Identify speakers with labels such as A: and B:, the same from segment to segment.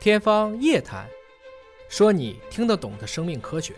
A: 天方夜谭，说你听得懂的生命科学。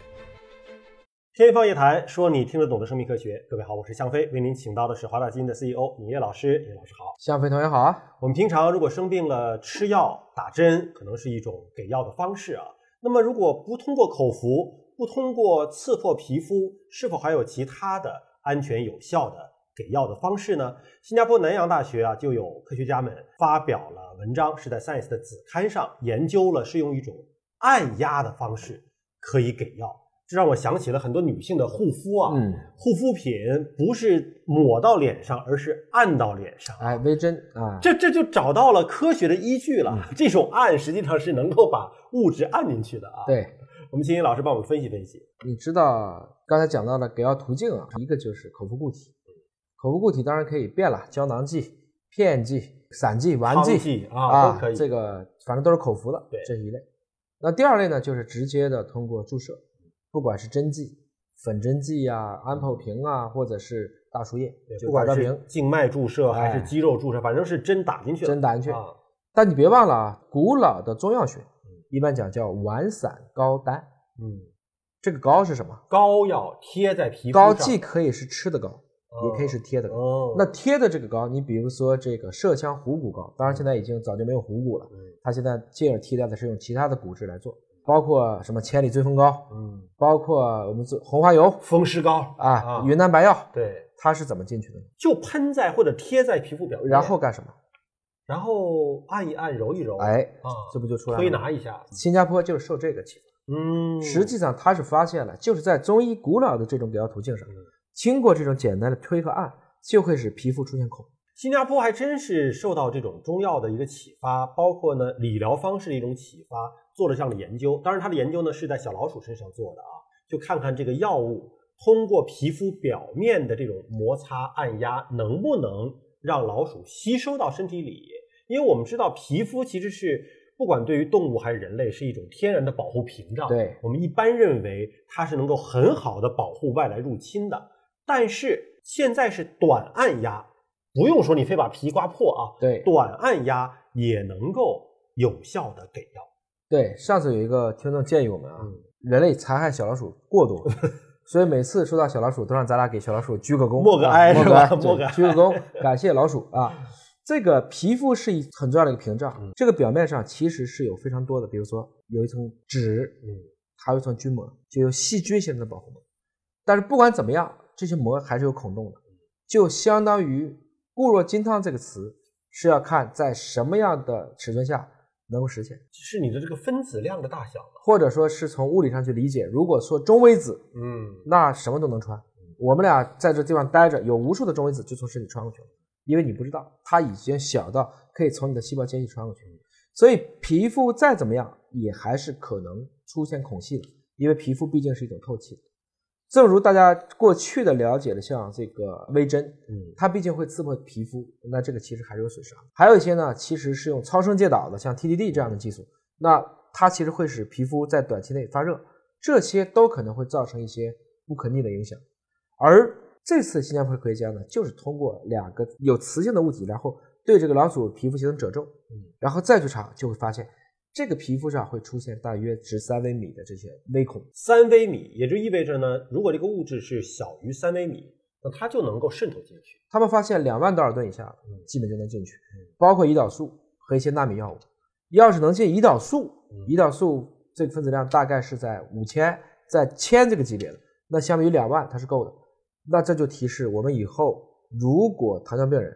B: 天方夜谭，说你听得懂的生命科学。各位好，我是向飞，为您请到的是华大基因的 CEO 尹烨老师。尹老师好，
C: 向飞同学好啊。
B: 我们平常如果生病了，吃药、打针可能是一种给药的方式啊。那么如果不通过口服，不通过刺破皮肤，是否还有其他的安全有效的给药的方式呢？新加坡南洋大学啊，就有科学家们发表了文章，是在《Science》的子刊上研究了，是用一种按压的方式可以给药。这让我想起了很多女性的护肤啊，
C: 嗯，
B: 护肤品不是抹到脸上，而是按到脸上。
C: 哎，微针啊，
B: 这这就找到了科学的依据
C: 嗯
B: 了。这种按实际上是能够把物质按进去的啊。，
C: 对，
B: 我们请尹老师帮我们分析分析。
C: 你知道刚才讲到的给药途径啊，一个就是口服固体，口服固体当然可以变了，胶囊剂、片剂、散剂、丸
B: 汤
C: 剂
B: 剂啊都可以。
C: 这个反正都是口服的，
B: 对
C: 这是一类。那第二类呢，就是直接的通过注射，不管是针剂、粉针剂呀、安泡瓶啊，或者是大输液
B: 对，
C: 就
B: 不管
C: 大
B: 是
C: 瓶，
B: 静脉注射还是
C: 哎
B: 肌肉注射，反正是针打进去了。
C: 针打进去嗯
B: 啊，
C: 但你别忘了啊，古老的中药学一般讲叫丸散膏丹，
B: 嗯，
C: 这个膏是什么？
B: 膏药贴在皮肤上，
C: 膏
B: 嗯
C: 既可以是吃的膏，也可以是贴的膏。
B: 哦。
C: 那贴的这个膏，你比如说这个麝香虎骨膏，当然现在已经早就没有虎骨了，
B: 嗯
C: 它现在进而替代的是用其他的骨质来做，包括什么千里追风膏，
B: 嗯，
C: 包括我们做红花油
B: 风湿膏
C: 啊，云南白药，
B: 对，
C: 它是怎么进去的呢？
B: 就喷在或者贴在皮肤表面，
C: 然后干什么？
B: 然后按一按，揉一揉，
C: 哎，
B: 啊，
C: 这不就出来了？
B: 推拿。一下，
C: 新加坡就是受这个启发。
B: 嗯，
C: 实际上它是发现了，就是在中医古老的这种给药途径上
B: 嗯，
C: 经过这种简单的推和按，就会使皮肤出现孔。
B: 新加坡还真是受到这种中药的一个启发，包括呢理疗方式的一种启发，做了这样的研究。当然，它的研究呢是在小老鼠身上做的啊，就看看这个药物通过皮肤表面的这种摩擦按压，能不能让老鼠吸收到身体里。因为我们知道，皮肤其实是不管对于动物还是人类，是一种天然的保护屏障。
C: 对
B: 我们一般认为它是能够很好的保护外来入侵的，但是现在是短按压，不用说你非把皮刮破啊，
C: 对
B: 短按压也能够有效的给药。
C: 对，上次有一个听众建议我们啊，
B: 嗯
C: 人类残害小老鼠过多， 所以每次说到小老鼠，都让咱俩给小老鼠鞠个躬，
B: 默个
C: 啊
B: 哀
C: 默
B: 是
C: 个
B: 吧
C: 哀，
B: 默
C: 对
B: 个哀
C: 鞠个躬，感谢老鼠啊。这个皮肤是一很重要的一个屏障，
B: 嗯
C: 这个表面上其实是有非常多的，比如说有一层脂，
B: 嗯，
C: 还有一层菌膜，就有细菌形成的保护膜。但是不管怎么样，这些膜还是有孔洞的，就相当于“固若金汤”这个词是要看在什么样的尺寸下能够实现，
B: 是你的这个分子量的大小嘛？
C: 或者说是从物理上去理解。如果说中微子，
B: 嗯，
C: 那什么都能穿。我们俩在这地方待着，有无数的中微子就从身体穿过去了，因为你不知道，它已经小到可以从你的细胞间隙穿过去。所以皮肤再怎么样，也还是可能出现孔隙的，因为皮肤毕竟是一种透气。正如大家过去的了解的，像这个微针，
B: 嗯，
C: 它毕竟会刺破皮肤，那这个其实还是有损伤。还有一些呢，其实是用超声介导的，像 TDD 这样的技术，那它其实会使皮肤在短期内发热，这些都可能会造成一些不可逆的影响。而这次新加坡科学家呢，就是通过两个有磁性的物体，然后对这个老鼠皮肤形成褶皱，然后再去查，就会发现这个皮肤上会出现大约十三微米的这些微孔。
B: 三微米，也就意味着呢，如果这个物质是小于三微米，那它就能够渗透进去。
C: 他们发现两万道尔顿以下
B: 嗯
C: 基本就能进去
B: 嗯，
C: 包括胰岛素和一些纳米药物。要是能进胰岛素
B: 嗯，
C: 胰岛素这个分子量大概是在五千，在千这个级别的，那相比于两万它是够的。那这就提示我们以后如果糖尿病人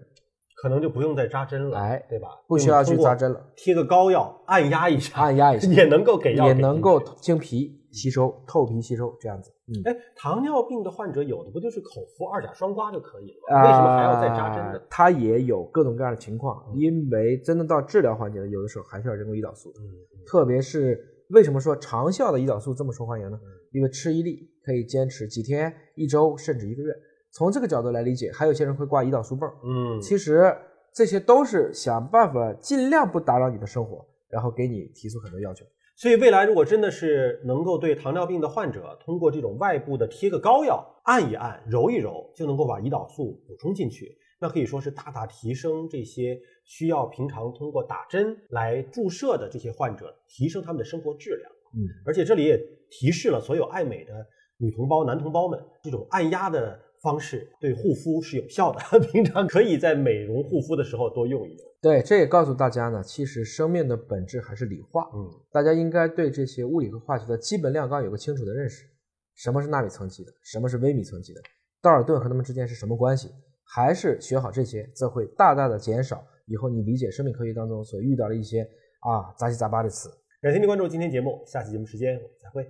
B: 可能就不用再扎针了，
C: 哎
B: 对吧？
C: 不需要去扎，针了，
B: 贴个膏药按压一下，
C: 按压一下
B: 也能够给药，
C: 也能够。经皮吸收、透皮吸收这样子。嗯，
B: 哎，糖尿病的患者有的不就是口服二甲双胍就可以了吗？
C: 啊，
B: 哎为什么还要再扎针呢？
C: 呃
B: 嗯
C: 它也有各种各样的情况，因为真的到治疗环节了，有的时候还需要人工胰岛素的。
B: 嗯，
C: 特别是为什么说长效的胰岛素这么受欢迎呢？因为吃一粒可以坚持几天、一周甚至一个月。从这个角度来理解，还有些人会挂胰岛素泵儿。
B: 嗯，
C: 其实这些都是想办法尽量不打扰你的生活，然后给你提出很多要求。
B: 所以未来如果真的是能够对糖尿病的患者通过这种外部的贴个膏药按一按、揉一揉，就能够把胰岛素补充进去，那可以说是大大提升这些需要平常通过打针来注射的这些患者，提升他们的生活质量。
C: 嗯，
B: 而且这里也提示了所有爱美的女同胞、男同胞们，这种按压的方式对护肤是有效的， 平常可以在美容护肤的时候多用一用。
C: 对，这也告诉大家呢，其实生命的本质还是理化，
B: 嗯，
C: 大家应该对这些物理和化学的基本量纲有个清楚的认识。什么是纳米层级的，什么是微米层级的，道尔顿和他们之间是什么关系？还是学好这些，这会大大的减少以后你理解生命科学当中所遇到的一些啊杂七杂八的词。
B: 感谢您关注今天节目，下期节目时间我们再会。